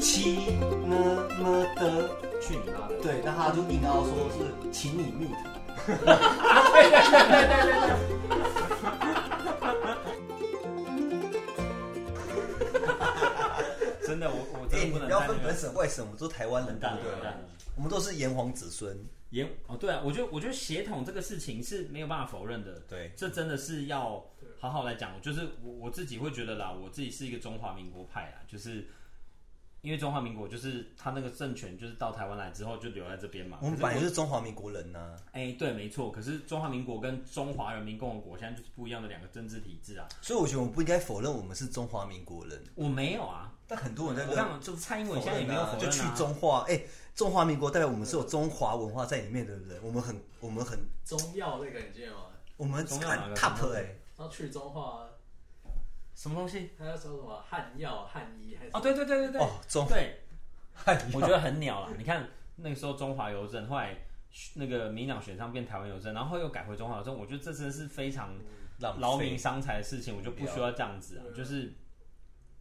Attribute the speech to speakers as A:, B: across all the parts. A: 骑呢么的，
B: 去你妈的！
A: 对，那他就硬要说是请你 meet。
B: 对对对对对对对。真的，我我
C: 哎、
B: 真的
C: 你
B: 不
C: 不
B: 能
C: 要
B: 带
C: 分
B: 那
C: 本
B: 个。
C: 省外省，我们都台湾人，
B: 很
C: 对
B: 大
C: 不对啊
B: 很？大。
C: 我们都是炎黄子孙，
B: 严哦，对啊，我觉得我觉得血统这个事情是没有办法否认的，
C: 对，
B: 这真的是要好好来讲。就是我我自己会觉得啦，我自己是一个中华民国派啦，就是因为中华民国就是他那个政权就是到台湾来之后就留在这边嘛。
C: 我们
B: 啊可
C: 本来
B: 是
C: 就是中华民国人呐、
B: 哎，对，没错。可是中华民国跟中华人民共和国现在就是不一样的两个政治体制啊。
C: 所以我觉得我们不应该否认我们是中华民国人，
B: 我没有啊，
C: 但很多人在
B: 我
C: 认
B: 看就蔡英文
C: 否
B: 现在也没
C: 认
B: 有
C: 啊
B: 否认、啊，
C: 就去中华，哎、中华民国代表我们是有中华文化在里面的人，我们很我们很
D: 中药那个你记得吗？
C: 我们
B: 中华哪
C: 很
B: 个
C: top 哎、
D: 然后去中化，
B: 什么东西？
D: 他要说什么汉药、汉医还是
B: 哦，对对对对对，
C: 哦，中
B: 对。
C: 汉
B: 我觉得很鸟啦。你看那个时候中华邮政，后来那个民党选上变台湾邮政，然后又改回中华邮政，我觉得这真的是非常
C: 浪
B: 劳
C: 费
B: 民伤财的事情，我就不需要这样子啊。
D: 对啊
B: 就是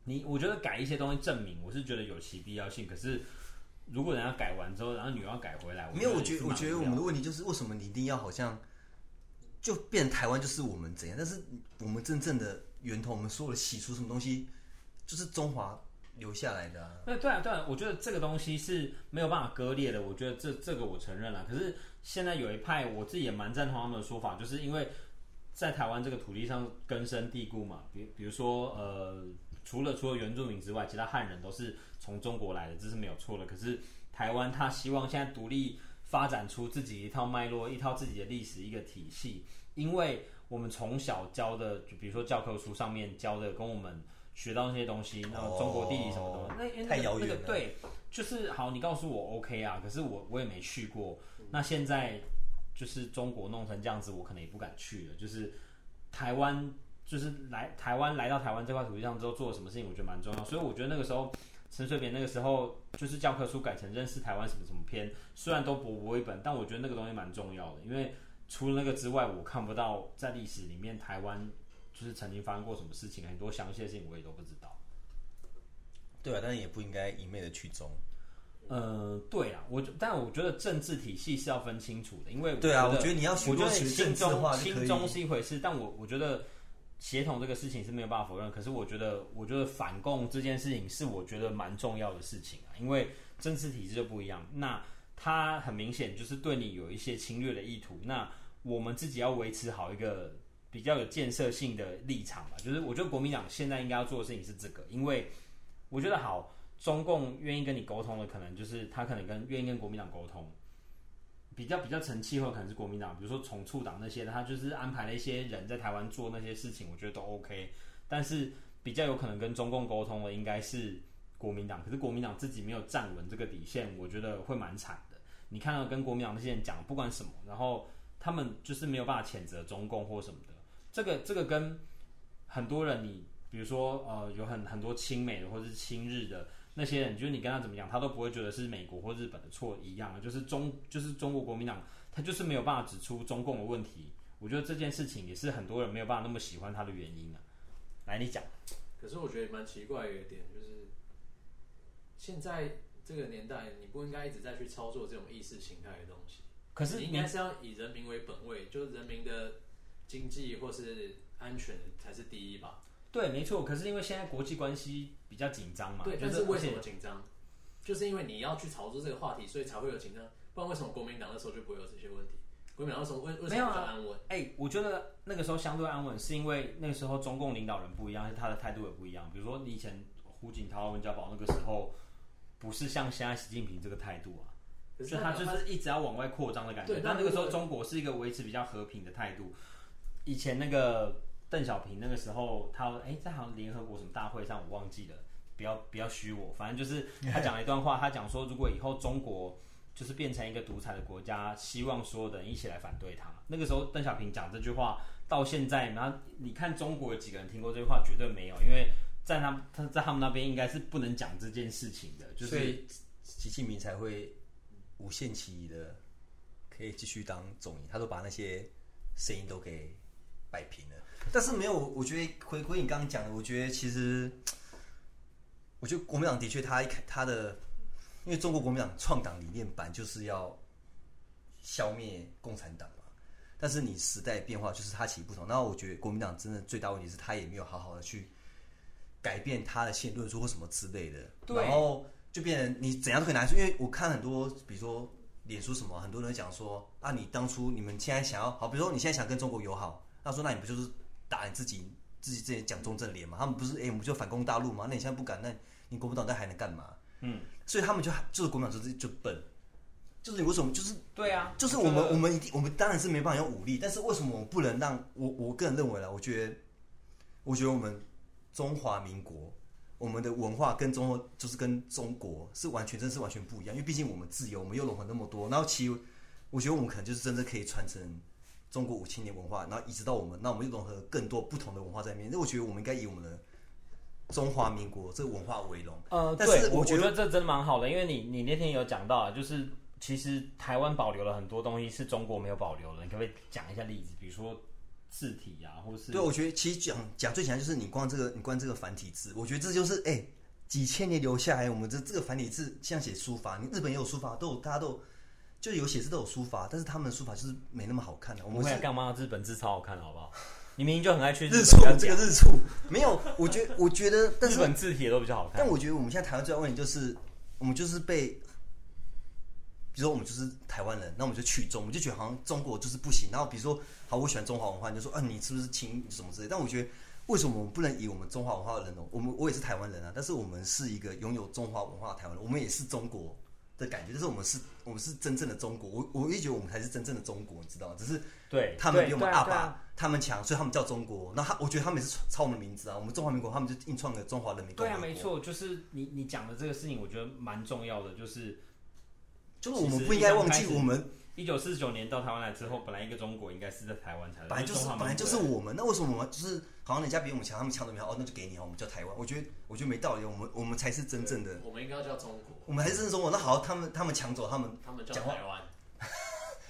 B: 你，我觉得改一些东西证明，我是觉得有其必要性。可是如果人家改完之后，然后你又要改回来，
C: 没有，我觉
B: 觉
C: 得我觉得我们
B: 们
C: 的问题就是为什么你一定要好像就变成台湾就是我们怎样？但是我们真正的源头，我们所有的洗出什么东西，就是中华留下来的、啊。
B: 那对啊对啊，我觉得这个东西是没有办法割裂的，我觉得这这个我承认了。可是现在有一派，我自己也蛮赞同他们的说法，就是因为在台湾这个土地上根深蒂固嘛，比比如说呃，除了除了原住民之外，其他汉人都是从中国来的，这是没有错的。可是台湾他希望现在独立发展出自己一套脉络，一套自己的历史一个体系，因为我们从小教的，就比如说教科书上面教的，跟我们学到那些东西，那种中国地理什么东西，那因为那个
C: 太遥远
B: 那
C: 了
B: 个对，就是好，你告诉我 OK 啊，可是我我也没去过，
C: 嗯
B: 那现在就是中国弄成这样子，我可能也不敢去了。就是台湾，就是来台湾来到台湾这块土地上之后做了什么事情，我觉得蛮重要。所以我觉得那个时候陈水扁那个时候就是教科书改成认识台湾什么什么篇，虽然都薄薄一本，但我觉得那个东西蛮重要的，因为除了那个之外，我看不到在历史里面台湾就是曾经发生过什么事情，很多详细的事情我也都不知道。
C: 对啊，但是也不应该一昧的去中。
B: 呃，对啊，我但我觉得政治体系是要分清楚的，因为
C: 对啊，我
B: 我
C: 觉得你要学
B: 我觉
C: 多
B: 得
C: 学
B: 心
C: 政治的话
B: 中
C: 就
B: 心
C: 可
B: 中
C: 以。
B: 是一回事，但我我觉得协同这个事情是没有办法否认。可是我觉得，我觉得反共这件事情是我觉得蛮重要的事情啊，因为政治体制就不一样。那他很明显就是对你有一些侵略的意图，那我们自己要维持好一个比较有建设性的立场吧。就是我觉得国民党现在应该要做的事情是这个，因为我觉得好，中共愿意跟你沟通的，可能就是他可能跟愿意跟国民党沟通。比较比较成气候可能是国民党，比如说重促党那些的，他就是安排了一些人在台湾做那些事情，我觉得都 OK。但是比较有可能跟中共沟通的应该是国民党，可是国民党自己没有站稳这个底线，我觉得会蛮惨的。你看到跟国民党那些人讲不管什么，然后他们就是没有办法谴责中共或什么的，这个这个跟很多人你比如说呃有很很多亲美的或是亲日的那些人，就是你跟他怎么讲，他都不会觉得是美国或日本的错一样的，就是中就是中国国民党，他就是没有办法指出中共的问题。我觉得这件事情也是很多人没有办法那么喜欢他的原因啊。来，你讲，
D: 可是我觉得蛮奇怪的一个点就是，现在这个年代，你不应该一直在去操作这种意识形态的东西。
B: 可是
D: 你应该是要以人民为本位，就是人民的经济或是安全才是第一吧。
B: 对，没错。可是因为现在国际关系比较紧张嗯嘛，
D: 对，
B: 就
D: 但是为什
B: 而且
D: 么紧张？就是因为你要去炒作这个话题，所以才会有紧张。不然为什么国民党那时候就不会有这些问题？国民党那时候为为
B: 没
D: 什
B: 有
D: 么
B: 啊
D: 比较安稳？
B: 哎、我觉得那个时候相对安稳，是因为那个时候中共领导人不一样，他的态度也不一样。比如说你以前胡锦涛、温家宝那个时候，不是像现在习近平这个态度啊，
D: 可是
B: 就他就是一直要往外扩张的感觉
D: 对。
B: 但那
D: 那
B: 个时
D: 如果
B: 候中国是一个维持比较和平的态度。以前那个邓小平那个时候，他哎、在好像联合国什么大会上，我忘记了，不要不要虚我，反正就是他讲了一段话，他讲说，如果以后中国就是变成一个独裁的国家，希望所有的人一起来反对他。那个时候邓小平讲这句话到现在，然后你看中国有几个人听过这句话？绝对没有，因为在他他在他们那边应该是不能讲这件事情的，就
C: 所
B: 是
C: 以习近平才会无限期的可以继续当总理，他都把那些声音都给摆平了。但是没有，我觉得回归你刚刚讲的，我觉得其实我觉得国民党的确，他一开他的，因为中国国民党创党理念版就是要消灭共产党嘛。但是你时代变化，就是它其实不同。那我觉得国民党真的最大问题是，他也没有好好的去改变他的现论述或什么之类的。
B: 对
C: 然后就变成你怎样都可以拿出，因为我看很多，比如说脸书什么，很多人讲说啊，你当初你们现在想要好，比如说你现在想跟中国友好，那说那你不就是打你自己自己之前讲中正联嘛？他们不是哎、我们就反攻大陆嘛？那你现在不敢，那你国民党在还能干嘛？嗯，所以他们就就是国民党就是就笨，就是你为什么就是
B: 对啊，
C: 就是
B: 觉
C: 我们
B: 得
C: 我们一定我们当然是没办法用武力，但是为什么我们不能让我我个人认为啦，我觉得我觉得我们中华民国我们的文化跟中国就是跟中国是完全真是完全不一样，因为毕竟我们自由，我们又融合那么多，然后其实我觉得我们可能就是真正可以传承。中国五千年文化，然后移植到我们，那我们又融合更多不同的文化在里面。那我觉得我们应该以我们的中华民国这个文化为荣。
B: 呃，
C: 但
B: 对
C: 是
B: 我
C: 我觉
B: 得
C: 得
B: 这真蛮好的，因为你你那天有讲到啊，就是其实台湾保留了很多东西是中国没有保留的，你可不可以讲一下例子？比如说字体啊，或是
C: 对，我觉得其实讲讲最简单就是你光这个，你光这个繁体字，我觉得这就是哎、几千年留下来，我们这这个繁体字像写书法，你日本也有书法，都有大家都有就有写字都有书法，但是他们的书法就是没那么好看的、我
B: 不
C: 们
B: 会啊
C: 是
B: 干嘛？日本字超好看的，好不好？你明明就很爱去
C: 日
B: 本
C: 出
B: 不要
C: 这
B: 讲
C: 个日出没有，我觉得我觉得，但
B: 日
C: 是
B: 本字体也都比较好看
C: 但。我觉得我们现在台湾最大问题就是，我们就是被，比如说我们就是台湾人，那我们就去中，我们就觉得好像中国就是不行。然后比如说，好，我喜欢中华文化，你就说啊，你是不是亲什么之类。但我觉得，为什么我们不能以我们中华文化的人哦种，我们我也是台湾人啊，但是我们是一个拥有中华文化的台湾人，我们也是中国的感觉，但是我们是，我们是真正的中国。我我也觉得我们才是真正的中国，你知道吗？只是
B: 对，
C: 他们
B: 对
C: 比我们
B: 对啊
C: 阿
B: 对啊
C: 爸。他们强，所以他们叫中国。那他，我觉得他们也是抄我们名字啊。我们中华民国，他们就硬创个中华人民共
B: 对
C: 和
B: 啊，
C: 国。
B: 没错，就是你你讲的这个事情，我觉得蛮重要的。就是
C: 就是我们不应该忘记，我们
B: 一九四九年到台湾来之后，本来一个中国应该是在台湾才对，
C: 本来就是
B: 中华民
C: 本来就是
B: 国
C: 我们。那为什么我们就是好像人家比我们强，他们强的没好，哦，那就给你哦，我们叫台湾。我觉得我觉得没道理，我们我们才是真正的，
D: 我们应该要叫中国，
C: 我们还是真正中国。那好，他们他们抢走他们，
D: 他们叫
C: 讲话
D: 台湾，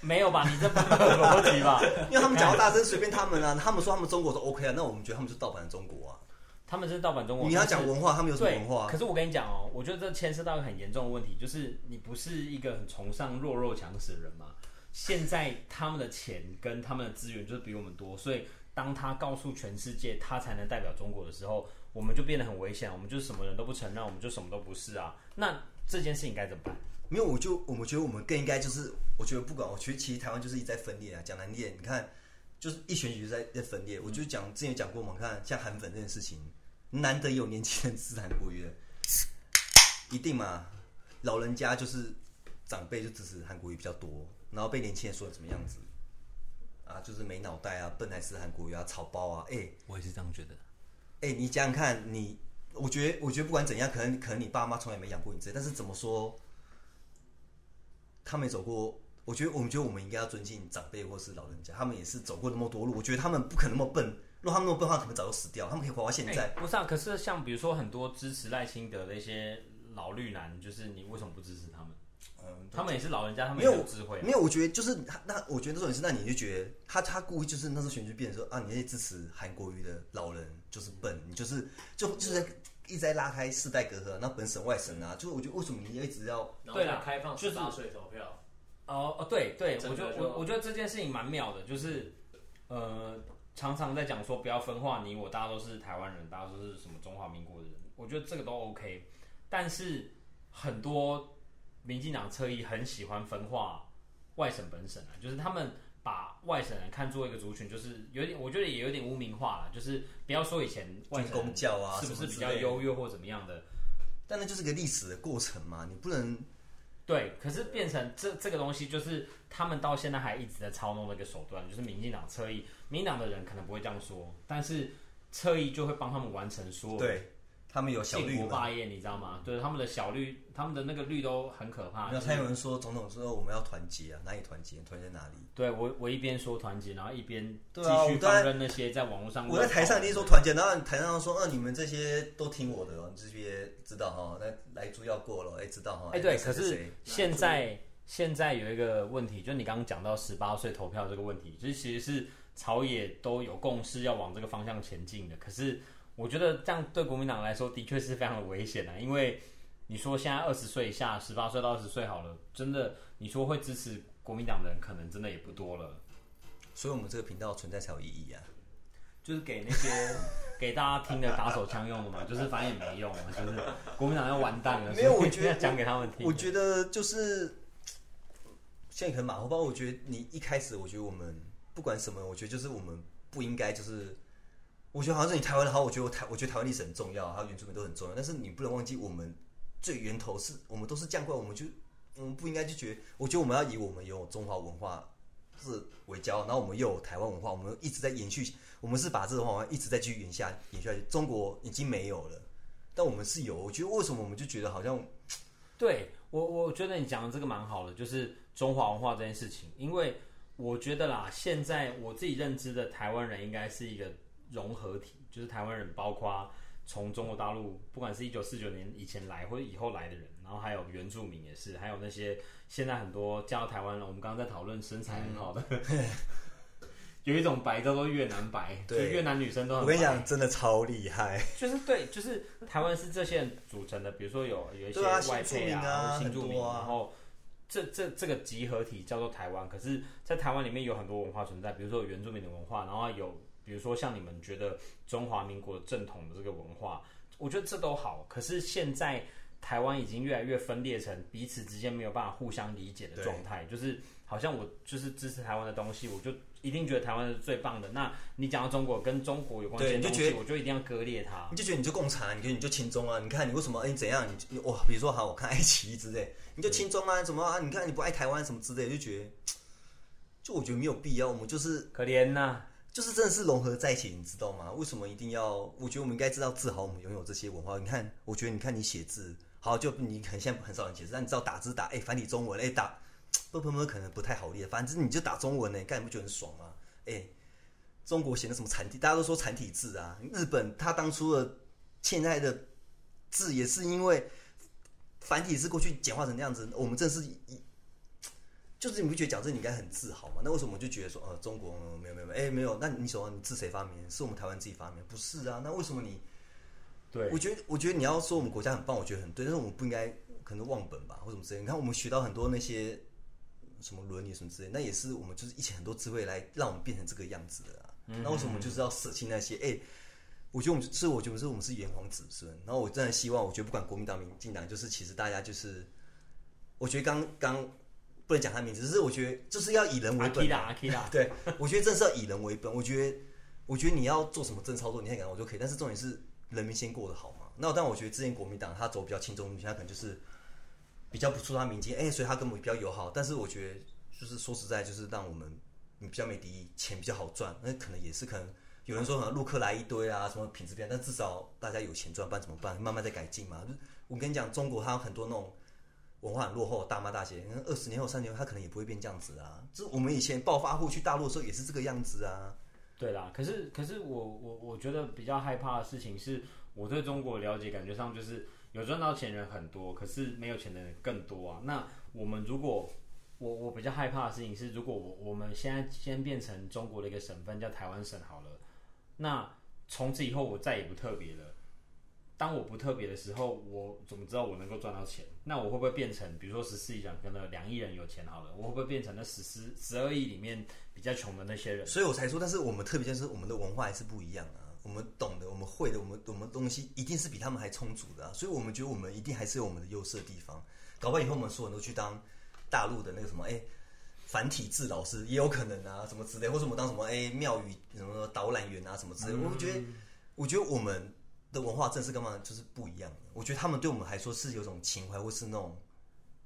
B: 没有吧？你这不合逻辑吧？
C: 因为他们讲话大声，随便他们啊。他们说他们中国都 OK 啊，那我们觉得他们就是盗版的中国啊。
B: 他们是盗版中国，
C: 你要讲文化，他们有什么
B: 对，
C: 文化啊？
B: 可是我跟你讲哦，我觉得这牵涉到一个很严重的问题，就是你不是一个很崇尚弱肉强食的人嘛。现在他们的钱跟他们的资源就是比我们多，所以当他告诉全世界他才能代表中国的时候，我们就变得很危险，我们就是什么人都不承认，我们就什么都不是啊。那这件事情该怎么办？
C: 没有，我就我们觉得我们更应该就是，我觉得不管，我觉得其实台湾就是一直在分裂啊。讲难听点，你看就是一选举就在在分裂。我就讲之前讲过嘛，你看像韩粉这件事情，难得有年轻人支持韩国瑜的，一定嘛，老人家就是长辈就支持韩国瑜比较多，然后被年轻人说成什么样子啊，就是没脑袋啊，笨还是韩国瑜啊，草包啊，哎、
B: 我也是这样觉得。
C: 哎、你想想看，你我觉得，我觉得不管怎样，可能可能你爸妈从来没养过你这，但是怎么说，他们也走过。我觉得，我们觉得我们应该要尊敬长辈或是老人家，他们也是走过那么多路。我觉得他们不可能那么笨，如果他们那么笨的话，可能早就死掉。他们可以活到现在。
B: 不是啊，可是像比如说很多支持赖清德的一些老绿男，就是你为什么不支持他们？
C: 嗯，
B: 他们也是老人家，他们也
C: 没有
B: 有智慧啊、
C: 没有，我觉得就是他那，我觉得那种也是，那你就觉得他他故意就是那时候选举变成说啊，你那些支持韩国瑜的老人就是笨，你就是就就是在一直在拉开世代隔阂，那本省外省啊，就是我觉得为什么你一直要
D: 然后
B: 对啦
D: 再开放
B: 就
D: 十
B: 是
D: 八岁投票，
B: 哦哦，对对，
D: 整
B: 我觉
D: 个
B: 得
D: 就
B: 我我觉得这件事情蛮妙的，就是呃，常常在讲说不要分化你我，大家都是台湾人，大家都是什么中华民国的人，我觉得这个都 OK，但是很多民进党侧翼很喜欢分化外省本省啊，就是他们。把外省人看作一个族群，就是有点，我觉得也有点污名化了。就是不要说以前外省
C: 公
B: 人
C: 教啊
B: 是不
C: 什么
B: 是比
C: 之
B: 较
C: 类的
B: 优越或怎么样的，
C: 但那就是个历史的过程嘛，你不能
B: 对，可是变成这这个东西，就是他们到现在还一直在操弄的一个手段，就是民进党侧翼，民进党的人可能不会这样说，但是侧翼就会帮他们完成所有的
C: 对他们有小
B: 建
C: 绿
B: 国
C: 嘛。
B: 霸业，你知道吗？对，他们的小绿，他们的那个绿都很可怕。
C: 然
B: 就
C: 后
B: 是
C: 蔡英文说，总统说我们要团结啊，哪里团结？团结在哪里？
B: 对我，我一边说团结，然后一边继
C: 对啊
B: 续
C: 我在
B: 放任那些在网络上。
C: 我在台上一定说团结，然后台上说，呃，你们这些都听我的哦，你这些知道哈、那来猪要过了，哎，知道哈、
B: 哎，对，
C: 谁
B: 可
C: 谁
B: 是
C: 谁
B: 现在现在有一个问题，就是你刚刚讲到十八岁投票这个问题，就是其实是朝野都有共识要往这个方向前进的，可是我觉得这样对国民党来说的确是非常的危险啊，因为你说现在二十岁以下，十八岁到二十岁好了，真的你说会支持国民党的人，可能真的也不多了。
C: 所以我们这个频道存在才有意义啊。
B: 就是给那些 给大家听的打手枪用的嘛，就是反正也没用嘛，就是国民党要完蛋了，
C: 没有
B: 所以
C: 我觉得
B: 要讲给他们听。
C: 我觉得就是现在可能马后炮，我觉得你一开始，我觉得我们不管什么，我觉得就是我们不应该就是，我觉得好像是你台湾的好，我觉得我台我觉得台湾历史很重要，还有原住民都很重要，但是你不能忘记我们最源头是我们都是这样过来，我们就我们不应该就觉得，我觉得我们要以我们拥有中华文化。是为骄傲，然后我们又有台湾文化，我们一直在延续，我们是把这种文化一直在继续延下延续下去。中国已经没有了，但我们是有。我觉得为什么我们就觉得好像
B: 对我，我觉得你讲的这个蛮好的，就是中华文化这件事情，因为我觉得啦，现在我自己认知的台湾人应该是一个融合体，就是台湾人包括从中国大陆，不管是一九四九年以前来或者以后来的人，然后还有原住民也是，还有那些现在很多嫁到台湾了，我们刚刚在讨论身材很好的。
C: 嗯
B: 有一种白叫做越南白，
C: 对
B: 就是越南女生都很
C: 我跟你
B: 白
C: 讲，真的超厉害。
B: 就是对，就是台湾是这些人组成的，比如说有有一些
C: 对啊
B: 外
C: 新住
B: 配
C: 民啊
B: 或者新住
C: 很
B: 民，
C: 多啊
B: 然后这这这个集合体叫做台湾。可是，在台湾里面有很多文化存在，比如说有原住民的文化，然后有比如说像你们觉得中华民国正统的这个文化，我觉得这都好。可是现在台湾已经越来越分裂成彼此之间没有办法互相理解的
C: 对
B: 状态，就是好像我就是支持台湾的东西，我就。一定觉得台湾是最棒的。那你讲到中国跟中国有关
C: 对
B: 系的
C: 你就
B: 东
C: 觉
B: 西，
C: 得
B: 我就一定要割裂它。
C: 你就觉得你就共产，你觉得你就亲中啊？你看你为什么？哎、你怎样？你你哇，比如说好，我看爱奇艺之类，你就亲中啊？什么啊？你看你不爱台湾什么之类，就觉得，就我觉得没有必要。我们就是
B: 可怜呐、
C: 就是真的是融合在一起，你知道吗？为什么一定要？我觉得我们应该知道自豪我们拥有这些文化。你看，我觉得你看你写字，好，就你很现在很少人写字，但你知道打字打哎、繁体中文哎、打不不不可能不太好练，反正你就打中文呢、干你不觉得很爽吗？哎、中国写的什么繁体，大家都说繁体字啊。日本它当初的现在的字也是因为繁体字过去简化成那样子，我们真的是就是你不觉得讲这你应该很自豪吗？那为什么我就觉得说，呃，中国呃没有没有没有，哎、没有，那你说你是谁发明？是我们台湾自己发明？不是啊，那为什么你？
B: 对，
C: 我觉得我觉得你要说我们国家很棒，我觉得很对，但是我们不应该可能忘本吧，或什么之类的。你看我们学到很多那些什么伦理什么之类的，那也是我们就是以前很多智慧来让我们变成这个样子的啊。那为什么我们就是要舍弃那些？哎、我觉得我们是，我觉得是我们是炎黄子孙。然后我真的希望，我觉得不管国民党、民进党，就是其实大家就是，我觉得刚刚不能讲他名字，只是我觉得就是要以人为
B: 阿
C: 本啊
B: K 啦，阿 K 啦，
C: 对，我觉得真的是要以人为本。我觉得，我觉得你要做什么真操作，你很敢我就可以。但是重点是人民先过得好嘛。那但我觉得之前国民党他走比较轻中路线，他可能就是比较不触他民间，哎、所以他跟我们比较友好。但是我觉得就是说实在，就是让我们比较没敌意，钱比较好赚。那可能也是可能有人说可能陆客来一堆啊，什么品质变，但至少大家有钱赚，不然怎么办？慢慢在改进嘛。就是我跟你讲，中国它有很多那种。文化很落后，大妈大姐，二十年后、三十年后，他可能也不会变这样子啊。就是我们以前暴发户去大陆的时候，也是这个样子啊。
B: 对啦。可是可是我我我觉得比较害怕的事情是，我对中国的了解感觉上就是有赚到钱人很多，可是没有钱的人更多啊。那我们如果我我比较害怕的事情是，如果我我们现在先变成中国的一个省份叫台湾省好了，那从此以后我再也不特别了。当我不特别的时候，我怎么知道我能够赚到钱？那我会不会变成，比如说十四亿人跟了两亿人有钱好了，我会不会变成那十四十二亿里面比较穷的那些人？
C: 所以我才说，但是我们特别就是我们的文化还是不一样啊。我们懂的，我们会的，我们我们东西一定是比他们还充足的啊。所以我们觉得我们一定还是有我们的优势的地方。搞不好以后我们所有人都去当大陆的那个什么，哎、繁体字老师也有可能啊，什么之类，或者我们当什么哎庙、宇什么导览员啊，什么之
B: 嗯
C: 类。我觉得，我觉得我们的文化正是干嘛就是不一样的。我觉得他们对我们来说是有种情怀，或是那种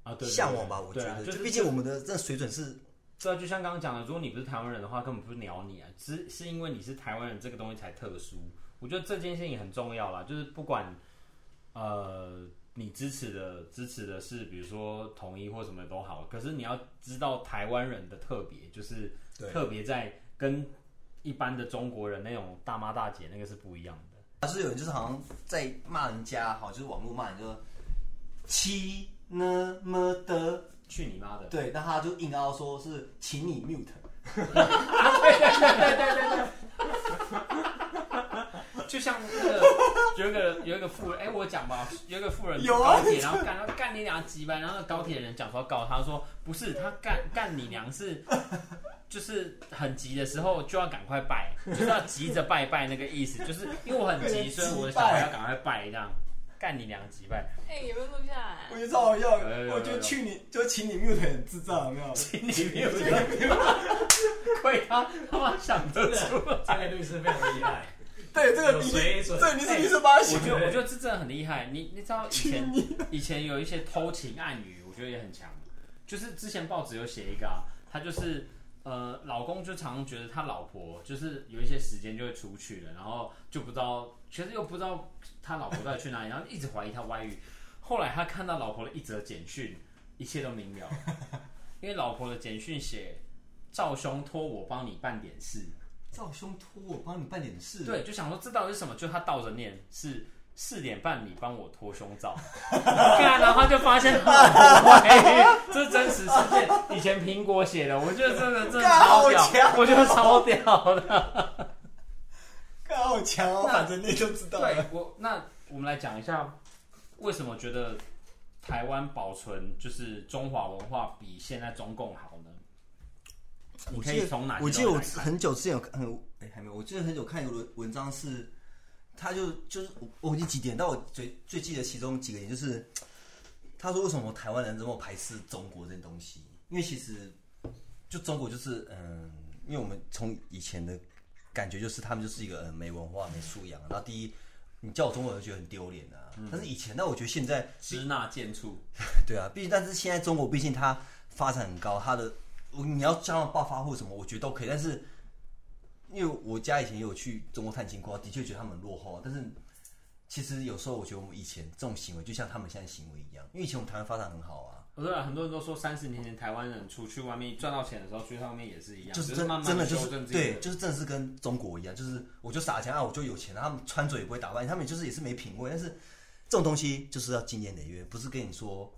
B: 啊，对，对
C: 向往吧。
B: 对
C: 我觉
B: 对啊
C: 得，
B: 就是
C: 就毕竟我们的这水准是
B: 对啊，就像刚刚讲的，如果你不是台湾人的话，根本不是鸟你啊，是是因为你是台湾人这个东西才特殊。我觉得这件事情很重要啦，就是不管呃你支持的支持的是比如说统一或什么都好，可是你要知道台湾人的特别，就是
C: 对
B: 特别在跟一般的中国人那种大妈大姐那个是不一样的。
C: 啊，就是有人就是好像在骂人家，好，就是网络骂人，就说
A: 七那么的，
B: 去你妈的！
A: 对，那他就硬要说是请你 mute，
B: 去 就像那个有一个有一个富人，哎、我讲吧，有一个富人
A: 有啊
B: 高铁，然后干，然后干你俩几班，然后高铁人讲说告他说不是他干干你娘是。 就是很急的时候就要赶快拜，就是要急着拜拜那个意思，就是因为我很急，所以我的小孩要赶快拜这样，干你娘急拜，
E: 哎、有没有录下来
A: 我？觉得超好笑
B: 有
C: 哎
B: 有有，有
A: 我觉得去你就请你 mute 很智障，有没有？
B: 请你 没有人，亏他他妈想得出 来。
D: 这个律师非常厉害，
A: 对，这个
D: 有
A: 你
D: 水准
A: 对，你是你是八
B: 我
A: 喜，
B: 觉得我觉得这真的很厉害。你你知道以前以前有一些偷情暗语，我觉得也很强。就是之前报纸有写一个啊，他就是呃，老公就常常觉得他老婆就是有一些时间就会出去了，然后就不知道，其实又不知道他老婆到底去哪里，然后一直怀疑他外遇。后来他看到老婆的一则简讯，一切都明了，因为老婆的简讯写赵兄托我帮你办点事。
A: 赵兄托我帮你办点事，
B: 对，就想说这到底是什么？就他倒着念是四点半，你帮我脱胸 罩。干，然后他就发现，哎，这是真实事件，以前苹果写的，我觉得真的真的
A: 干
B: 超
A: 好
B: 屌，
C: 啊
A: 强
B: 我觉得超屌的。
A: 干好强哦，
B: 那
A: 反正你就知道了。
B: 对我，那我们来讲一下，为什么觉得台湾保存就是中华文化比现在中共好呢？你
C: 我
B: 可
C: 记
B: 以
C: 得
B: 从哪些
C: 我记得
B: 东西
C: 我
B: 来看
C: 很久之前有看，很哎、还没有，我记得很久看一个文章是，他就就是我我已经几点，但我最最记得其中几个点就是，他说为什么台湾人这么排斥中国这些东西？因为其实就中国就是嗯，因为我们从以前的感觉就是他们就是一个嗯没文化、没素养，然后第一。你叫我中国人就觉得很丢脸啊！
B: 嗯
C: 但是以前，那我觉得现在
B: 支那见处，
C: 对啊，毕竟但是现在中国毕竟它发展很高，它的我你要加上暴发户什么，我觉得都可以。但是因为我家以前也有去中国探亲过，的确觉得他们很落后。啊但是其实有时候我觉得我们以前这种行为，就像他们现在行为一样，因为以前我们台湾发展很好啊，
B: 我对啊，很多人都说三十年前台湾人出去外面赚到钱的时候，去外面也是一样，
C: 就是
B: 是
C: 真
B: 慢慢
C: 真
B: 地
C: 的就
B: 修
C: 是
B: 正自己
C: 对，
B: 的
C: 就是真的是跟中国一样，就是我就撒钱啊，我就有钱啊，他们穿着也不会打扮，他们就是也是没品味。但是这种东西就是要经年累月，不是跟你说，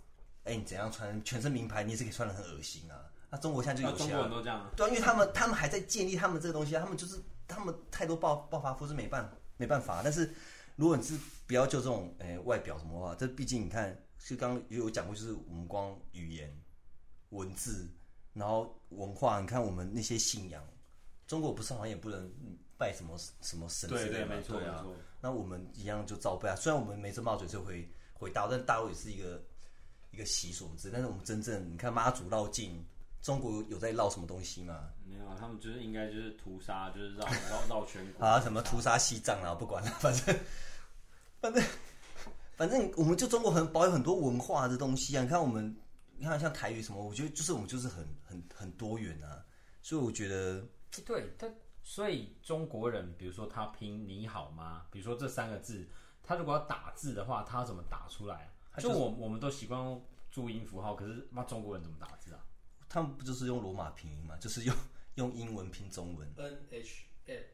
C: 哎、你怎样穿全身名牌，你也是可以穿的很恶心啊。那、中国现在就
B: 那
C: 有
B: 中
C: 钱、
B: 国
C: 啊
B: 人，都这样啊。
C: 对啊，因为他们他们还在建立他们这个东西啊，他们就是他们太多暴暴发户是没办没办法，但是如果你是不要就这种诶、呃外表什么的话，这毕竟你看是刚刚也有讲过，就是我们光语言、文字，然后文化，你看我们那些信仰，中国不是好像也不能拜什么什么神之
B: 对
C: 类
B: 对，
C: 的吗
B: 没错没
C: 对啊，
B: 错。
C: 那我们一样就照背啊。虽然我们没这冒嘴就回回大陆，但大陆也是一个一个习俗之，但是我们真正你看妈祖绕境，中国有在绕什么东西吗？
B: 没有啊，他们就是应该就是屠杀，就是绕绕绕全国
C: 啊，什么屠杀西藏啊，不管了， 反正反正反正我们就中国很保有很多文化的东西啊。你看我们，你看像台语什么，我觉得就是我们就是很很很多元啊。所以我觉得
B: 对，但所以中国人，比如说他拼“你好吗”，比如说这三个字，他如果要打字的话，他要怎么打出来？
C: 他
B: 就
C: 就是
B: 我我们都习惯用注音符号，可是那中国人怎么打字啊？
C: 他们不就是用罗马拼音嘛，就是用用英文拼中文。
D: N H N，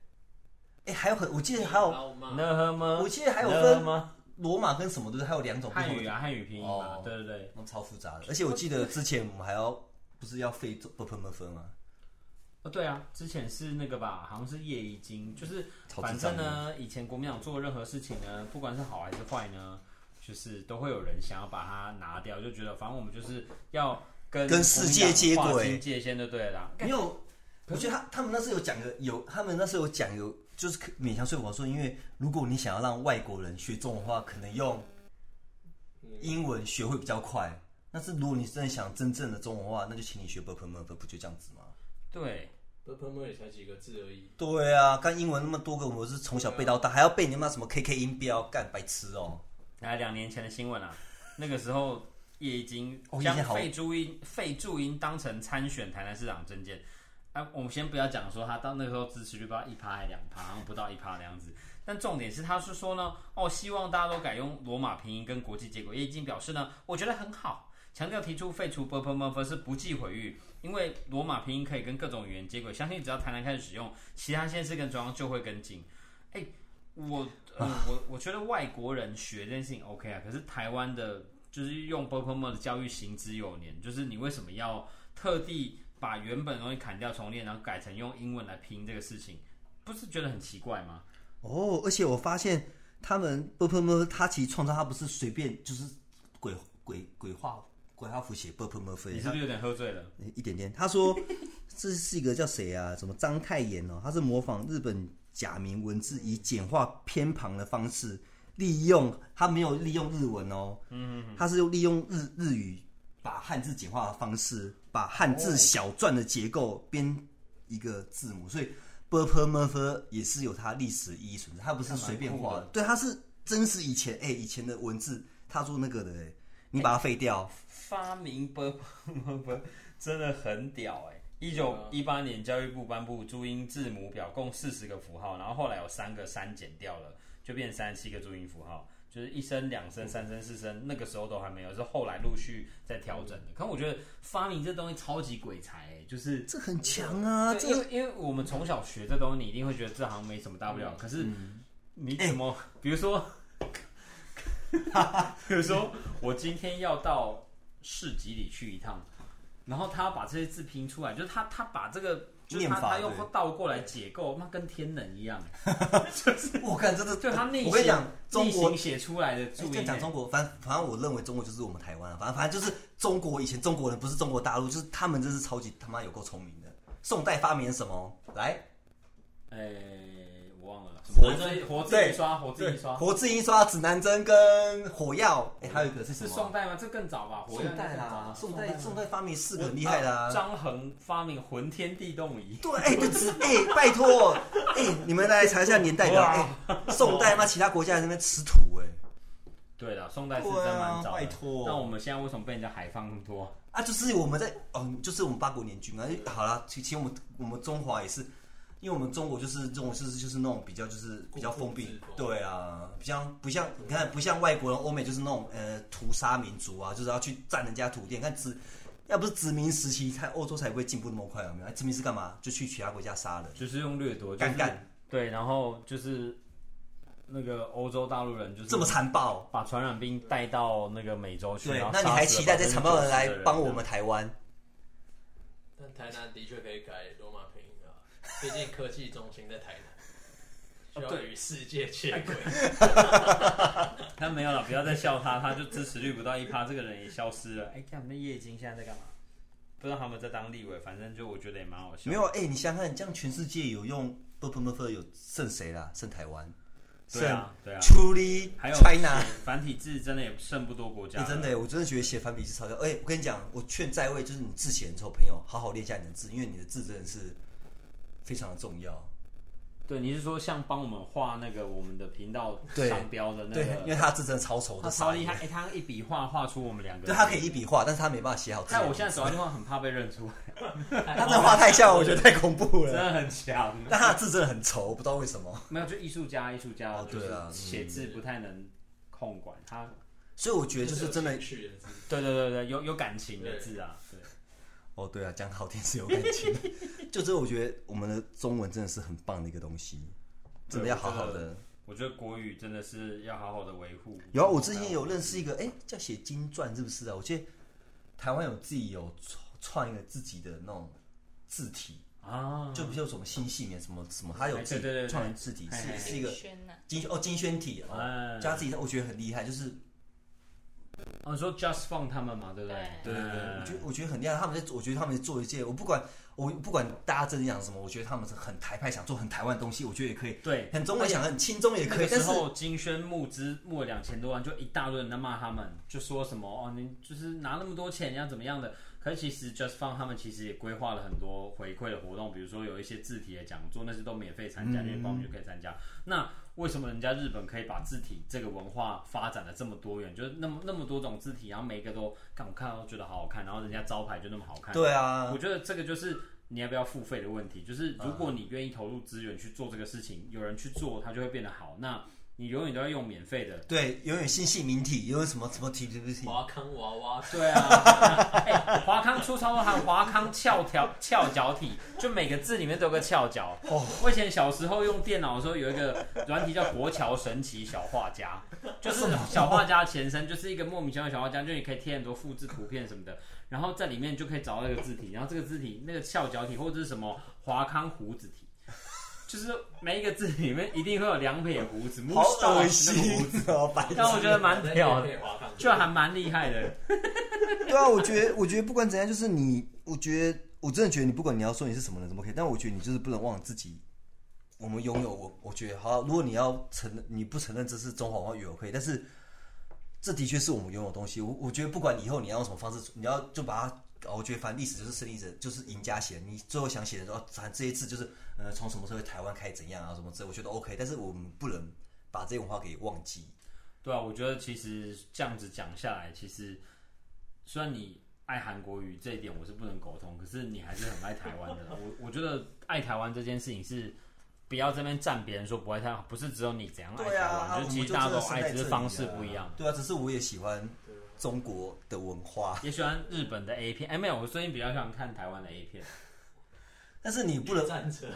C: 哎、还有很，我记得还有
B: 那吗？
C: 我啊记得还有
B: 呢
C: 分
B: 吗？
C: 罗马跟什么都是，还有两种不
B: 汉
C: 同
B: 语
C: 的，
B: 啊，汉语拼音嘛
C: 哦，
B: 对对对。
C: 那超复杂的。而且我记得之前我们还要不是要非洲不喷不分吗？
B: 哦，对啊，之前是那个吧，好像是叶一金，就是
C: 超
B: 反
C: 智障
B: 正
C: 的
B: 呢，以前国民党做任何事情呢，不管是好还是坏呢，就是都会有人想要把它拿掉，就觉得反正我们就是要跟
C: 跟世界接轨
B: 国民党划清界限就对了啦。
C: 没有，我觉得他他们那时候有讲个有，他们那时候有讲有，就是可勉强说服我说，因为如果你想要让外国人学中文的话，可能用
B: 嗯
C: 英文学会比较快。但是如果你真的想真正的中文的话，那就请你学 b u r p l e 不就这样子吗？
B: 对，
D: 不喷喷也才几个字而已，
C: 对啊，干英文那么多个，我是从小背到
B: 啊
C: 大，还要背你妈什么 KK 音标，干白痴哦！
B: 来哎两年前的新闻啊，那个时候叶一金
C: 哦叶一
B: 将
C: 金好
B: 费注音费注音当成参选台南市长证件。啊，我们先不要讲说他到那个时候支持率不知道一趴还两趴，好像不到一趴的样子。但重点是，他是说呢，哦，希望大家都改用罗马拼音跟国际接轨。叶一金表示呢，我觉得很好，强调提出废除 b u r p l e m u f 是不计毁誉，因为罗马拼音可以跟各种语言接轨，相信只要台南开始使用，其他县市跟中央就会跟进。哎，我呃，我我觉得外国人学这件事情 OK 啊，可是台湾的，就是用 b u r p l e m u f 的教育行之有年，就是你为什么要特地把原本的东西砍掉重练，然后改成用英文来拼这个事情，不是觉得很奇怪吗？
C: 哦，而且我发现他们不不不，他其实创造他不是随便就是鬼鬼鬼画鬼画符写不不不
B: 你
C: 飞
B: 是，不是有点喝醉了？
C: 一点点。他说这是一个叫谁啊？什么章太炎哦，他是模仿日本假名文字，以简化偏旁的方式，利用他没有利用日文哦，嗯，他是用利用日日语把汉字简化的方式，把汉字小篆的结构编一个字母，所以 b p m f 也是有它历史意义存在，它不是随便画
B: 还蛮
C: 的，对，它是真实以前哎、以前的文字，他做那个的哎、你把它废掉，
B: 发明 b b b 真的很屌哎、1一九一八年，教育部颁布注音字母表，共四十个符号，然后后来有三个删减掉了，就变三十七个注音符号，就是一声、两声、三声、四声，那个时候都还没有，是后来陆续在调整的。可我觉得发明这东西超级鬼才、欸，就是
C: 这很强啊，
B: 对
C: 这
B: 因为因为我们从小学这东西，你一定会觉得这好像没什么大不
C: 嗯
B: 了。可是你
C: 哎
B: 怎么，比如 说，比如说我今天要到市集里去一趟，然后他把这些字拼出来，就是他他把这个。就是他
C: 念法
B: 他用
C: 对
B: 倒过来解构，那跟天能一样。
C: 我看真的，
B: 就他逆
C: 我跟
B: 行
C: 你讲，中
B: 逆
C: 国
B: 行写出来的
C: 哎
B: 注
C: 这样
B: 音
C: 讲中国，反正反正我认为中国就是我们台湾啊，反正反正就是中国以前中国人不是中国大陆，就是他们真是超级他妈有够聪明的。宋代发明了什么？来，
B: 哎，我忘了。
C: 活
B: 活字活字
C: 对
B: 印刷，活字印刷
C: 活字印刷、指南针跟火药，哎、还有一个是
B: 是
C: 什么？
B: 宋代吗？这更早吧？活字
C: 宋代
B: 更早
C: 啦
B: 吧，
C: 宋代宋代发明四个
B: 我
C: 很厉害的
B: 啊
C: 啊。
B: 张衡发明浑天地动仪，
C: 对，哎、这是哎、拜托，哎、你们来查一下年代表，哎、宋代嘛，其他国家在那边吃土、哎
B: 对了，宋代是真
A: 对啊
B: 蛮早的。
A: 拜托
B: 那我们现在为什么被人家海放那么多？
C: 哎，啊，就是我们在，哦，就是我们八国联军啊，哎好啦，其其实我们我们中华也是，因为我们中国就是这种就是就是那种比较就是比较封闭
D: 固步自封，
C: 对啊，不像不像你看不像外国人，欧美就是那种呃屠杀民族啊，就是要去占人家土地。你看殖，要不是殖民时期，看欧洲才不会进步那么快，有没哎有？殖民是干嘛？就去其他国家杀人，
B: 就是用掠夺，就是
C: 干干
B: 对，然后就是那个欧洲大陆人就是
C: 这么残暴，
B: 把传染病带到那个美洲去，
C: 对
B: 然后，
C: 那你
B: 杀死
C: 还
B: 了
C: 期待这残暴人来
B: 90%的人
C: 帮我们台湾？
B: 啊
D: 但台南的确可以改罗马拼音啊，毕竟科技中心在台
B: 哦
D: 南，需要与世界接轨。
B: 他没有了，不要再笑他，他就支持率不到一趴，这个人也消失 了。哎，看我们的叶金现在在干嘛？不知道他们在当立委，反正就我觉得也蛮好笑。
C: 没有，哎、你想想看，这样全世界有用 b p m f 有剩谁啦？剩台湾，
B: 对啊，对啊，
C: 剩 Truly
B: 还有
C: China。
B: 繁体字真的也剩不多国家
C: 哎、
B: 了。
C: 真的耶，我真的觉得写繁体字超屌。哎、我跟你讲，我劝在位就是你字写很丑，朋友好好练一下你的字，因为你的字真的是非常的重要。
B: 对，你是说像帮我们画那个我们的频道
C: 对
B: 商标的那
C: 对，因为
B: 个，
C: 他字真的超丑
B: 他
C: 的，
B: 超厉害，哎、他一笔画画出我们两个，
C: 傻眼。对，他可以一。笔画，但是他没办法写好字。
B: 但我现在手上电话很怕被认出，
C: 他真的画太像了，我觉得太恐怖
B: 真的
C: 了。
B: 很强。
C: 但他的字真的很丑，我不知道为什么。
B: 没有，就艺术家，艺术家
C: 哦
B: 就
C: 对
B: 是
C: 啊嗯
B: 写字不太能控管他。
C: 所以我觉得就是真的
D: 有，情绪的字
B: 对对对对，有有感情的字啊，对，
C: 哦，对啊，讲好听是有感情 的。就这，我觉得我们的中文真的是很棒的一个东西，真的要好好
B: 对我
C: 的。
B: 我觉得国语真的是要好好的维护。
C: 有啊，我之前有认识一个，哎、叫写金传是不是啊？我记得台湾有自己有创创一个自己的那种字体，
B: 啊，
C: 就比如说什么新系年什么什么，他有
B: 哎
C: 自
B: 对对
C: 己
B: 对
C: 创人字体，
B: 哎哎
C: 是是一个
E: 轩呐，
C: 金哦金宣体哦
B: 哎，
C: 加自己，我觉得很厉害，就是
B: 哦，你说 Just Fun 他们嘛，对不对？
E: 对
C: 对对对，
B: 嗯
C: 我觉得我觉得很厉害，他们在我觉得他们在做一件，我不管我不管大家真的讲什么，我觉得他们是很台派，想做很台湾的东西，我觉得也可以，
B: 对
C: 很中文想很轻中也
B: 哎那
C: 可
B: 个
C: 以，但
B: 时
C: 是
B: 候金宣募资募了两千多万，就一大堆人在骂他们，就说什么哦，你就是拿那么多钱，你要怎么样的？可是其实 Just Fun 他们其实也规划了很多回馈的活动，比如说有一些字体的讲座，那些都免费参加，那些报名就可以参加。那为什么人家日本可以把字体这个文化发展的这么多元，就是那么那么多种字体，然后每一个都看我看到都觉得好好看，然后人家招牌就那么好看，
C: 对啊，
B: 我觉得这个就是你要不要付费的问题，就是如果你愿意投入资源去做这个事情，有人去做，它就会变得好。那你永远都要用免费的。
C: 对，永远新系名体，永远什么什么体体体，
D: 华康娃娃
B: 对啊，哎 华康出超还有华康翘条翘脚体，就每个字里面都有个翘脚。
C: 哦
B: 我以前小时候用电脑的时候，有一个软体叫国桥神奇小画家，就是小画家前身，就是一个莫名其妙的小画家，就你可以贴很多复制图片什么的，然后在里面就可以找到那个字体，然后这个字体那个翘脚体或者是什么华康胡子体。就是每一个字里面一定会有两撇胡子，
C: 好恶
B: moustache 那个胡
C: 心
B: 子，
C: 哦，白痴
B: 但我觉得蛮屌
D: 可以
B: 的，
D: 滑上去
B: 就还蛮厉害的。
C: 对啊，我觉得，我觉得不管怎样，就是你，我觉得我真的觉得你，不管你要说你是什么人，怎么可以，但我觉得你就是不能忘了自己，我们拥有我，我觉得好，如果你要承认，你不承认这是中华文化语我可以，但是这的确是我们拥有的东西。我我觉得不管以后你要用什么方式，你要就把它。搞，我觉得反正历史就是胜利者，就是赢家写的。你最后想写的时候，哦反正这一次就是呃，从什么时候台湾开始怎样啊，什么之类，我觉得 OK。但是我们不能把这些文化给忘记。
B: 对啊，我觉得其实这样子讲下来，其实虽然你爱韩国语这一点我是不能苟同，可是你还是很爱台湾 的。我我觉得爱台湾这件事情是不要这边站别人说不爱台湾，不是只有你怎样爱
C: 对
B: 台湾，
C: 啊，
B: 就是
C: 我们
B: 其
C: 就
B: 实大家都
C: 真的生
B: 爱，
C: 在
B: 只是
C: 这
B: 方
C: 里
B: 式
C: 啊
B: 不一样。
C: 对啊，只是我也喜欢中国的文化，
B: 也喜欢日本的 A 片，哎，没有，我最近比较喜欢看台湾的 A 片。
C: 但是你不能
D: 站着，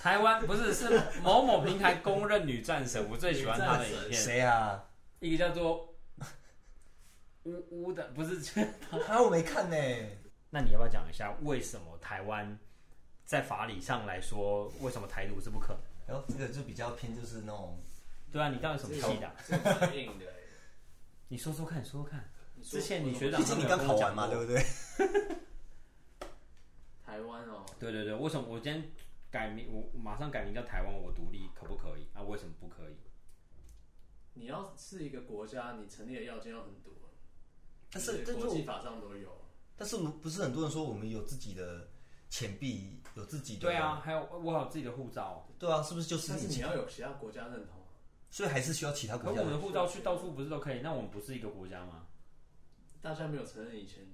B: 台湾不是是某某平台公认女战神，我最喜欢她的影片，
C: 谁啊？
B: 一个叫做呜呜的，不是。
C: 啊，我没看呢、
B: 那你要不要讲一下为什么台湾在法理上来说，为什么台独是不可能？
C: 然后这个就比较偏，就是那种
B: 对啊，你到底什么系的啊？
D: 这个蛮硬的欸。
B: 你说说看，你说说看。
D: 你说
B: 之前你学长
C: 毕竟你刚考完嘛，对不对？
D: 台湾哦，
B: 对对对，为什么我今天改名，我我马上改名叫台湾，我独立可不可以？啊，为什么不可以？
D: 你要是一个国家，你成立的要件要很多，
C: 但是，
D: 就
C: 但是
D: 国
C: 我
D: 际，法上都有。
C: 但是不是很多人说我们有自己的钱币，有自己的
B: 对啊，，还有我有自己的护照，
C: 对啊，是不是就是
D: 但是
C: 你
D: 你
C: 钱？
D: 要有其他国家认同啊，
C: 所以还是需要其他
B: 可
C: 国
B: 我
C: 家
B: 们
C: 的
B: 的护照去到处不是都可以？那我们不是一个国家吗？
D: 大家没有承认以前，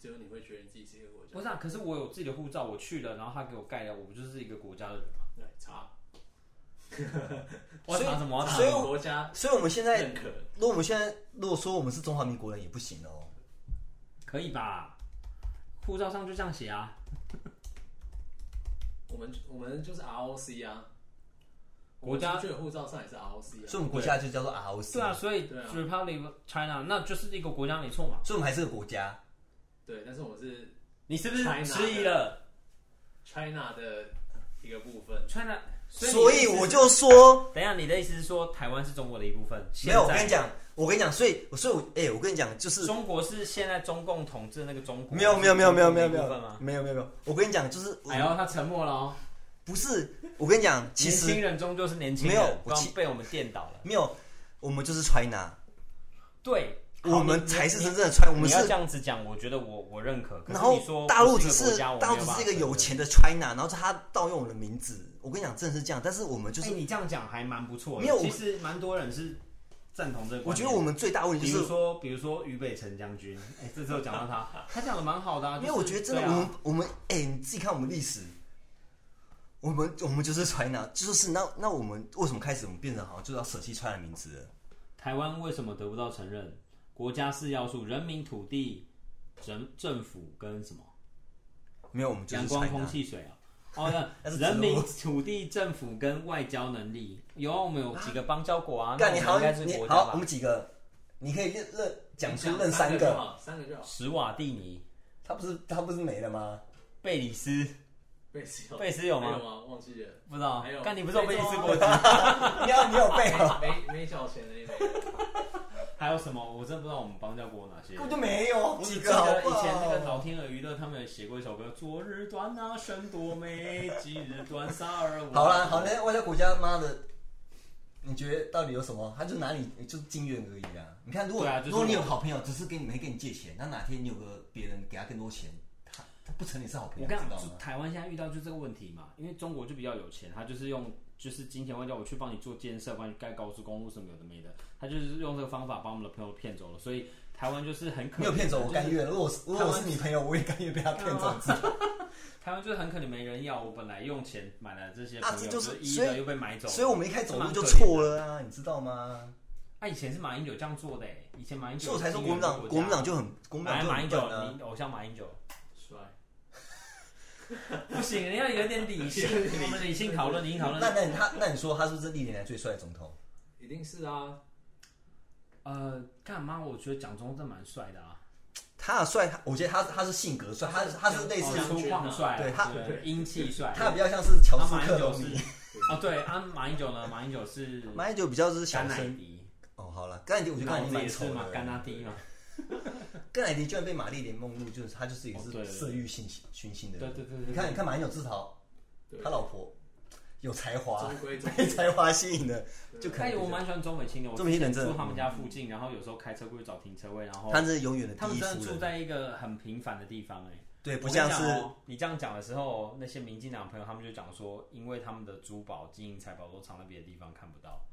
D: 只有你会觉得你自己是一个国
B: 不
D: 家。
B: 是啊，可是我有自己的护照，我去了，然后他给我盖了，我不就是一个国家的人吗？
D: 来查，
B: 我要查什么？我要查
C: 所以
B: 什么
C: 我
D: 国家
C: 所以我们现在
D: 认，可，
C: 如果我们现在如果说我们是中华民国人也不行哦。
B: 可以吧？护照上就这样写啊。
D: 我们我们就是 ROC 啊，
B: 国家
D: 我们出去的护照上也是 ROC 啊。
C: 所以我们国家就叫做 ROC，
B: 对啊，所以
D: 对啊
B: Republic of China 那就是一个国家没错嘛。
C: 所以我们还是个国家。
D: 对，但是我们是
B: 你是不是
D: China
B: 迟疑了
D: China 的一个部分，
B: ？China，
C: 所
B: 你的
C: 以
B: 意思
C: 我就说，
B: 啊等一下，你的意思是说台湾是中国的一部分？
C: 没有，我跟你讲，我跟你讲，所以，所以我，哎、我跟你讲，就是
B: 现在，中国是现在中共统治的那个中国，
C: 没有没有没有没有没有
B: 是中国的
C: 没有
B: 一部分吗？
C: 没有没有没有，我跟你讲，就是我
B: 哎呦，他沉默了哦。
C: 不是，我跟你讲，其
B: 年
C: 实
B: 轻人终究是年轻人，
C: 没有我
B: 刚
C: 其
B: 被我们电倒了。
C: 没有，我们就是 China，
B: 对，好
C: 我们
B: 你
C: 才是
B: 你
C: 真正的 China，我
B: 你
C: 们
B: 要这
C: 是。
B: 样子讲，我觉得我我认可。可
C: 然
B: 是
C: 后
B: 你说
C: 大陆
B: 不
C: 只
B: 是一个国
C: 是
B: 家我没
C: 大陆
B: 有
C: 只
B: 办
C: 是
B: 法
C: 一个有
B: 承认
C: 钱的 China，然后他盗用我的名字。我跟你讲，真的是这样。但是我们就是
B: 哎，你这样讲还蛮不错的。
C: 没有我
B: 其实蛮多人是赞同这个
C: 我
B: 观
C: 觉
B: 点的。
C: 得我们最大问题
B: 比
C: 就
B: 如
C: 是，
B: 说，比如说俞北辰将军，哎、这次又讲到 他，他讲的蛮好的、啊。
C: 因为我觉得真的，
B: 就是
C: 我
B: 对
C: 们
B: 啊、
C: 我们哎、你自己看我们历史，我们我们就是 China，就是那那我们为什么开始我们变成好像就是要舍弃 China 的名字了？
B: 台湾为什么得不到承认？国家四要素：人民、土地、政政府跟什么？
C: 没有，我们就是
B: 阳光、
C: China
B: 空气、水 啊。哦，
C: 那
B: 那
C: 是植物
B: 人民、土地、政府跟外交能力，有啊，我们有几个邦交国啊，那
C: 干
B: 我
C: 你
B: 们
C: 好
B: 应该是
C: 像，你
B: 国家
C: 好，我
B: 吧
C: 们？几个，你可以认认讲出
D: 你
C: 认
D: 三
C: 三
D: 就
C: 个。
D: 好，三个就好。
B: 史瓦蒂尼、
C: 他不是他不是没了吗？
B: 贝里斯，
D: 贝斯有
B: 贝斯有吗
D: 没有吗？忘记了。
B: 不知道
D: 还有。
B: 干你不是有贝里斯
D: 非洲啊
B: 国籍？
C: 你有你有背哦，
D: 没没缴钱的也没有。
B: 还有什么？我真的不知道我们邦交国有哪些
C: 根。本就没有
B: 我只
C: 几
B: 记
C: 个好
B: 得
C: 不
B: 以
C: 好
B: 前那个老天鹅娱乐，他们有写过一首歌：“昨日短啊，生多美，今日短，沙尔瓦。”
C: 好啦，好，那外交国家妈的，你觉得到底有什么？他就拿你就是金元而已啊。你看，如果、
B: 对啊就是
C: 如果你有好朋友，只是跟你没跟你借钱，那哪天你有个别人给他更多钱，他他不成你是好朋
B: 我
C: 友，
B: 跟你
C: 知
B: 讲，
C: 道
B: 就
C: 吗？
B: 台湾现在遇到就这个问题嘛，因为中国就比较有钱，他就是用就是金钱外交，我去帮你做建设，帮你盖高速公路什么有的没的，他就是用这个方法把我们的朋友骗走了，所以台湾就是很可
C: 没有骗走
B: 就是
C: 我甘愿，如果我是如果我是你朋友，我也甘愿被他骗走。知道吗
B: 台湾就是很可能没人要，我本来用钱买了这些
C: 啊
B: 朋友，
C: 这就是
B: 一
C: 所
B: 的
C: 以
B: 又被买走了，
C: 所以我们一开始走路就
B: 这蛮可怜的
C: 错了啊，你知道吗？
B: 啊，以前是马英九这样做的欸，以前马英九，
C: 所以我才说国民党，国民党，就很，国民党
B: 哎
C: 就
B: 马英
C: 很
B: 九
C: 笨，啊。
B: 你偶像马英九。
D: 帅，
B: 不行，你要有点理性，我们理性讨论，理性讨
C: 那
B: 论。
C: 那你他那你说他是不是历年来最帅的总统？
D: 一定是啊。
B: 呃，干嘛？我觉得蒋中正蛮帅的啊，
C: 他的帅，我觉得他他是性格帅，他是他是类似啊
D: 哦
B: 粗犷帅，啊
C: 对他
B: 对英气帅，
C: 他比较像是乔
B: 啊
C: 斯
B: 马英
C: 克
B: 九
C: 隆
B: 是
C: 尼，
B: 啊，对啊，马英九呢？马英九是
C: 马英九比较是小
B: 甘乃
C: 生。
B: 迪，
C: 哦，好了，甘乃迪我觉得甘
B: 脑
C: 乃迪
B: 子也是
C: 蛮丑
B: 嘛，
C: 的，
B: 甘纳迪嘛，
C: 甘乃迪居然被玛丽莲梦露，就是他就是也
B: 哦对
C: 是色欲性熏心的
B: 对
C: 人。
B: 对对对，
C: 你看，你看马英九自嘲，
D: 对
C: 他老婆有才华
D: 中，规中
C: 被
D: 矩，
C: 才华吸引的，啊 就可
B: 哎，我
C: 能
B: 蛮喜欢钟美清的，我
C: 钟美清人
B: 之前
C: 真的嗯
B: 住他们家附近，然后有时候开车过去找停车位，然后
C: 他是永远的
B: 哦他们
C: 第一
B: 真的
C: 夫
B: 住
C: 人。
B: 在一个很平凡的地方，哎，
C: 对，不
B: 我跟
C: 像
B: 你讲
C: 是
B: 哦你这样讲的时候，那些民进党朋友他们就讲说，因为他们的珠宝、金银财宝都藏在别的地方看不到。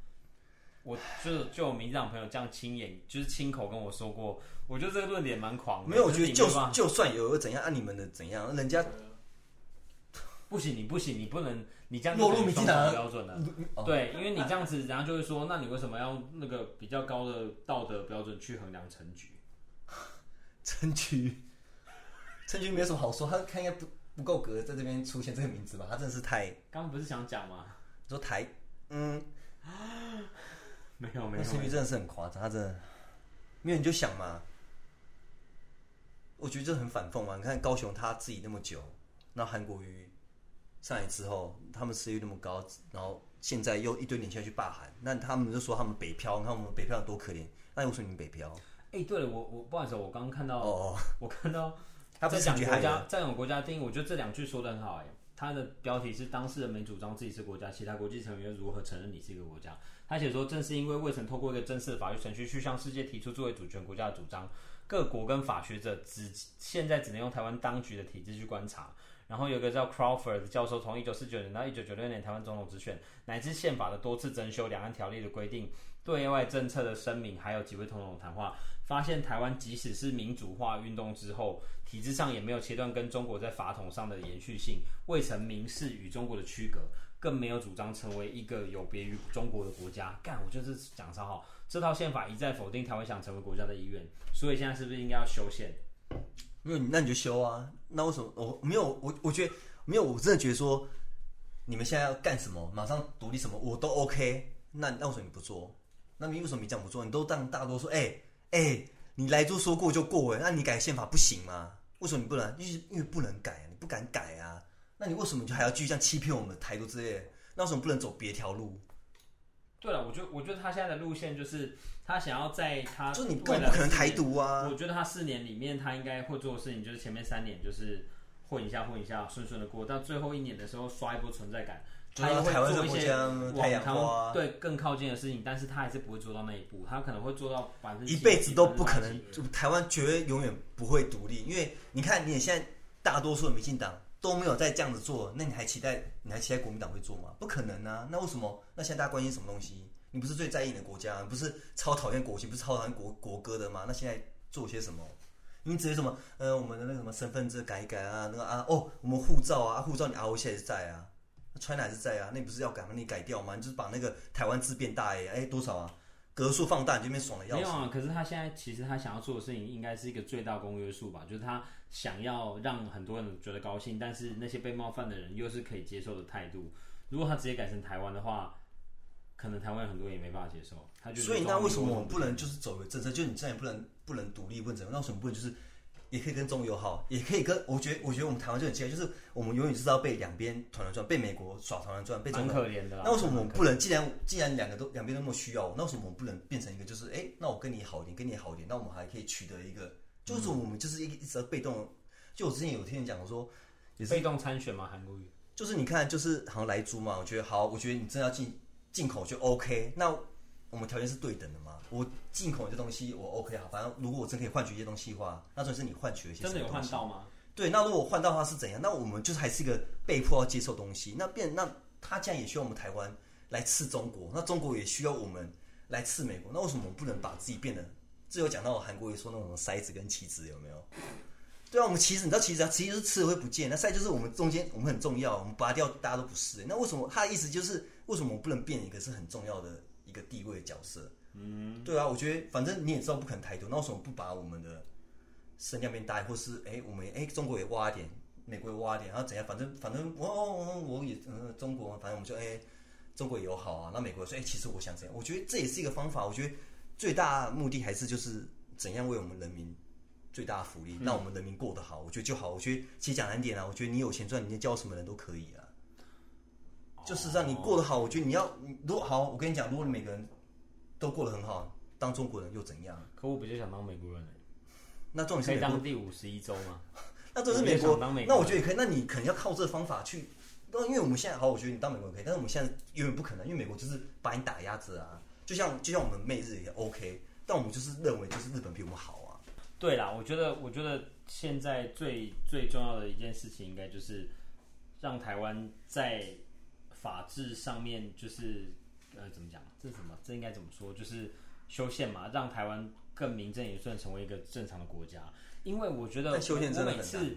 B: 我就就有民进党朋友这样亲眼，就是亲口跟我说过，我觉得这个论点蛮狂的。
C: 没有，我觉得
B: 是你
C: 就
B: 没办法
C: 就算有又怎样，啊按你们的怎样，人家
D: 啊
B: 不行，你不行，你不能，你这样
C: 落入民进党嗯
B: 的标准了。
C: 哦
B: 对，因为你这样子，人家就会说，那你为什么要用那个比较高的道德标准去衡量成局？
C: 陈菊，陈菊没有什么好说，他他应该不不够格在这边出现这个名字吧？他真的是太，你
B: 刚刚不是想讲吗？
C: 说台，嗯，
B: 没有没有，
C: 那陈菊真的是很夸张，他真的，没有你就想嘛，我觉得这很反讽嘛。你看高雄他自己那么久，那韩国瑜上来之后，他们失业率那么高，然后现在又一堆年轻人去罢韩，那他们就说他们北漂，你看我们北漂有多可怜，那为什么你们北漂？
B: 哎、对了，我我不好意思，我刚刚看到
C: 哦，
B: 我看到
C: 他不
B: 在
C: 是
B: 讲
C: 举
B: 国
C: 韩
B: 家
C: 人
B: 在讲国家定义，我觉得这两句说的很好哎、他的标题是“当事人没主张自己是国家，其他国际成员如何承认你是一个国家？”他写说，正是因为未曾透过一个正式的法律程序去向世界提出作为主权国家的主张，各国跟法学者只现在只能用台湾当局的体制去观察。然后有一个叫 Crawford 的教授，从一九四九年到一九九六年台湾总统直选，乃至宪法的多次征修、两岸条例的规定、对外政策的声明，还有几位总统的谈话，发现台湾即使是民主化运动之后，体制上也没有切断跟中国在法统上的延续性，未曾明示与中国的区隔，更没有主张成为一个有别于中国的国家。干，我觉得这是讲得超好。这套宪法一再否定台湾想成为国家的意愿，所以现在是不是应该要修宪？
C: 没有，那你就修啊。那为什么我没有？我我觉得没有，我真的觉得说，你们现在要干什么，马上独立什么，我都 OK 那。那为什么你不做？那你为什么你这样不做？你都让大多说，哎、哎、你来做说过就过哎，那你改宪法不行吗？为什么你不能？就是因为不能改啊，你不敢改啊。那你为什么你就还要继续这样欺骗我们的台独之类的？那为什么不能走别条路？
B: 对了，我觉得我觉得他现在的路线就是他想要在他
C: 就是你
B: 未
C: 根
B: 来的
C: 本不可能
B: 四
C: 台
B: 年
C: 独啊！
B: 我觉得他四年里面，他应该会做的事情就是前面三年就是混一下混一下，顺顺的过，到最后一年的时候刷一波存在感，
C: 就
B: 他
C: 是
B: 也会
C: 台湾这
B: 做
C: 个
B: 一
C: 国
B: 些
C: 家
B: 往
C: 太阳
B: 他
C: 花
B: 们
C: 啊，
B: 对更靠近的事情，但是他还是不会做到那一步，他可能会做到百分之
C: 一辈子都不可能
D: 70%，
C: 就台湾绝对永远不会独立，因为你看，你也现在大多数的民进党都没有再这样子做，那你还期待你还期待国民党会做吗？不可能啊！那为什么？那现在大家关心什么东西？你不是最在意你的国家，啊你不是超讨厌国旗，不是超讨厌国国歌的吗？那现在做些什么？你只是什么？呃，我们的那个什么身份证改一改啊，那个啊，哦，我们护照啊，护照你 RO 现在也在啊，那 China 还是在啊，那你不是要改吗？你改掉吗？你就是把那个台湾字变大哎、哎多少啊？格数放大，你这边爽的要
B: 没
C: 死
B: 有。啊，可是他现在其实他想要做的事情应该是一个最大公约数吧，就是他想要让很多人觉得高兴，但是那些被冒犯的人又是可以接受的态度。如果他直接改成台湾的话，可能台湾有很多人也没办法接受。他就觉得
C: 所以那
B: 中国
C: 为什么我
B: 中
C: 们
B: 国
C: 不能就是走一个政策？就是你这样也不能不能独立，不能怎么样？那为什么不能就是也可以跟中国友好，也可以跟我觉得我觉得我们台湾就很奇怪，就是我们永远知道被两边团团转，被美国耍团团转，被中
B: 蛮
C: 国。
B: 可怜的啦？啊
C: 啊那为什么我
B: 蛮
C: 们
B: 可
C: 不能？既然既然两个都两边都那么需要我，那为什么我们不能变成一个就是哎、那我跟你好一点，跟你好一点，那我们还可以取得一个，就是我们就是一个一直在被动。就我之前有听人讲，我说也是
B: 被动参选嘛，韩国瑜。
C: 就是你看，就是好像来猪嘛，我觉得好，我觉得你真的要进进口就 OK。那我们条件是对等的嘛？我进口这东西我 OK 啊好，反正如果我真可以换取一些东西的话，那算是你换取了一些
B: 真的有
C: 什么
B: 换
C: 东西
B: 到吗？
C: 对，那如果换到的话是怎样？那我们就是还是一个被迫要接受东西。那变那他既然也需要我们台湾来刺中国，那中国也需要我们来刺美国，那为什么我们不能把自己变得？这有讲到韩国也说那种筛子跟棋子有没有？对啊，我们棋子，你知道棋子啊，棋子是吃了会不见，那筛就是我们中间我们很重要，我们拔掉大家都不是。欸那为什么他的意思就是为什么我们不能变一个是很重要的一个地位的角色？嗯，对啊，我觉得反正你也知道不可能台独，那为什么不把我们的声量变大，或是哎、我们哎、中国也挖一点，美国也挖一点，然后怎样？反正反正我我我也嗯、中国，反正我们就哎、中国友好啊。那美国说哎、其实我想怎样？我觉得这也是一个方法。我觉得最大目的还是就是怎样为我们人民最大的福利，
B: 嗯
C: 让我们人民过得好，我觉得就好。我觉得其实讲难点啊，我觉得你有钱赚，你叫什么人都可以啊。
B: 哦
C: 就是让你过得好，我觉得你要，你如果好，我跟你讲，如果你每个人都过得很好，当中国人又怎样？
B: 可我比较想当美国人、欸，
C: 那重
B: 可
C: 点
B: 以
C: 是美国
B: 当第五十一周吗？
C: 那这是
B: 我
C: 美
B: 也
C: 国
B: 想当美，国
C: 那我觉得也可以。那你可能要靠这方法去，那因为我们现在好，我觉得你当美国人可以，但是我们现在永远不可能，因为美国就是把你打压着啊。就像就像我们媚日也 OK，但我们就是认为就是日本比我们好啊。
B: 对啦，我觉得，我觉得现在最最重要的一件事情，应该就是让台湾在法治上面，就是呃，怎么讲？这是什么？这应该怎么说？就是修宪嘛，让台湾更名正言顺地成为一个正常的国家。因为我觉得
C: 但修宪
B: 我
C: 真的
B: 我每
C: 很
B: 次
C: 难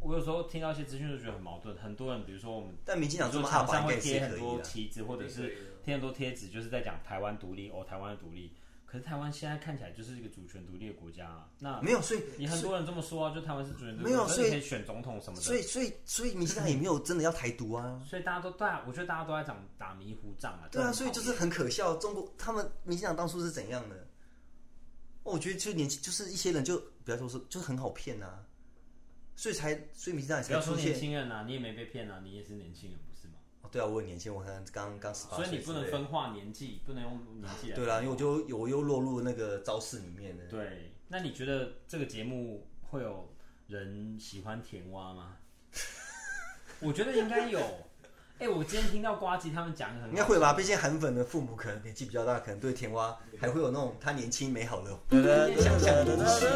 B: 我有时候听到一些资讯，就觉得很矛盾。很多人，比如说我们
C: 但民进党这
B: 就
C: 么
B: 常
C: 二
B: 常
C: 应
B: 会
C: 该是
B: 贴
C: 可
B: 很
C: 以
B: 多
C: 的。
B: 旗子，或者是贴很多贴纸，就是在讲台湾独立哦，台湾的独立。可是台湾现在看起来就是一个主权独立的国家、啊，那
C: 没有，所以
B: 也很多人这么说啊，就台湾是主权独立，
C: 没有
B: 所
C: 所以
B: 以可以选总统什么的。
C: 所以所以所以民进党也没有真的要台独啊。
B: 所以大家都对啊，我觉得大家都在讲打迷糊仗啊。
C: 对啊，
B: 这
C: 所
B: 很
C: 以
B: 讨厌
C: 就是很可笑，中国他们民进党当初是怎样的？哦我觉得就年轻，就是一些人就不要说是，就是很好骗啊，所以才所以民进党
B: 不
C: 才
B: 要说
C: 出
B: 年
C: 现。
B: 轻人啊，你也没被骗啊，你也是年轻人不是吗？
C: 哦对啊，我很年轻，我才刚刚十八
B: 所
C: 岁
B: 以你
C: 之类的，
B: 不能分化年纪，不能用年纪来。
C: 啊对啦、因为我就有我又落入那个招式里面了。
B: 对，那你觉得这个节目会有人喜欢甜蛙吗？我觉得应 该有。哎、我今天听到瓜吉他们讲得很
C: 应该会吧，毕竟韩粉的父母可能年纪比较大，可能对甜蛙还会有那种他年轻美好的想象的东西。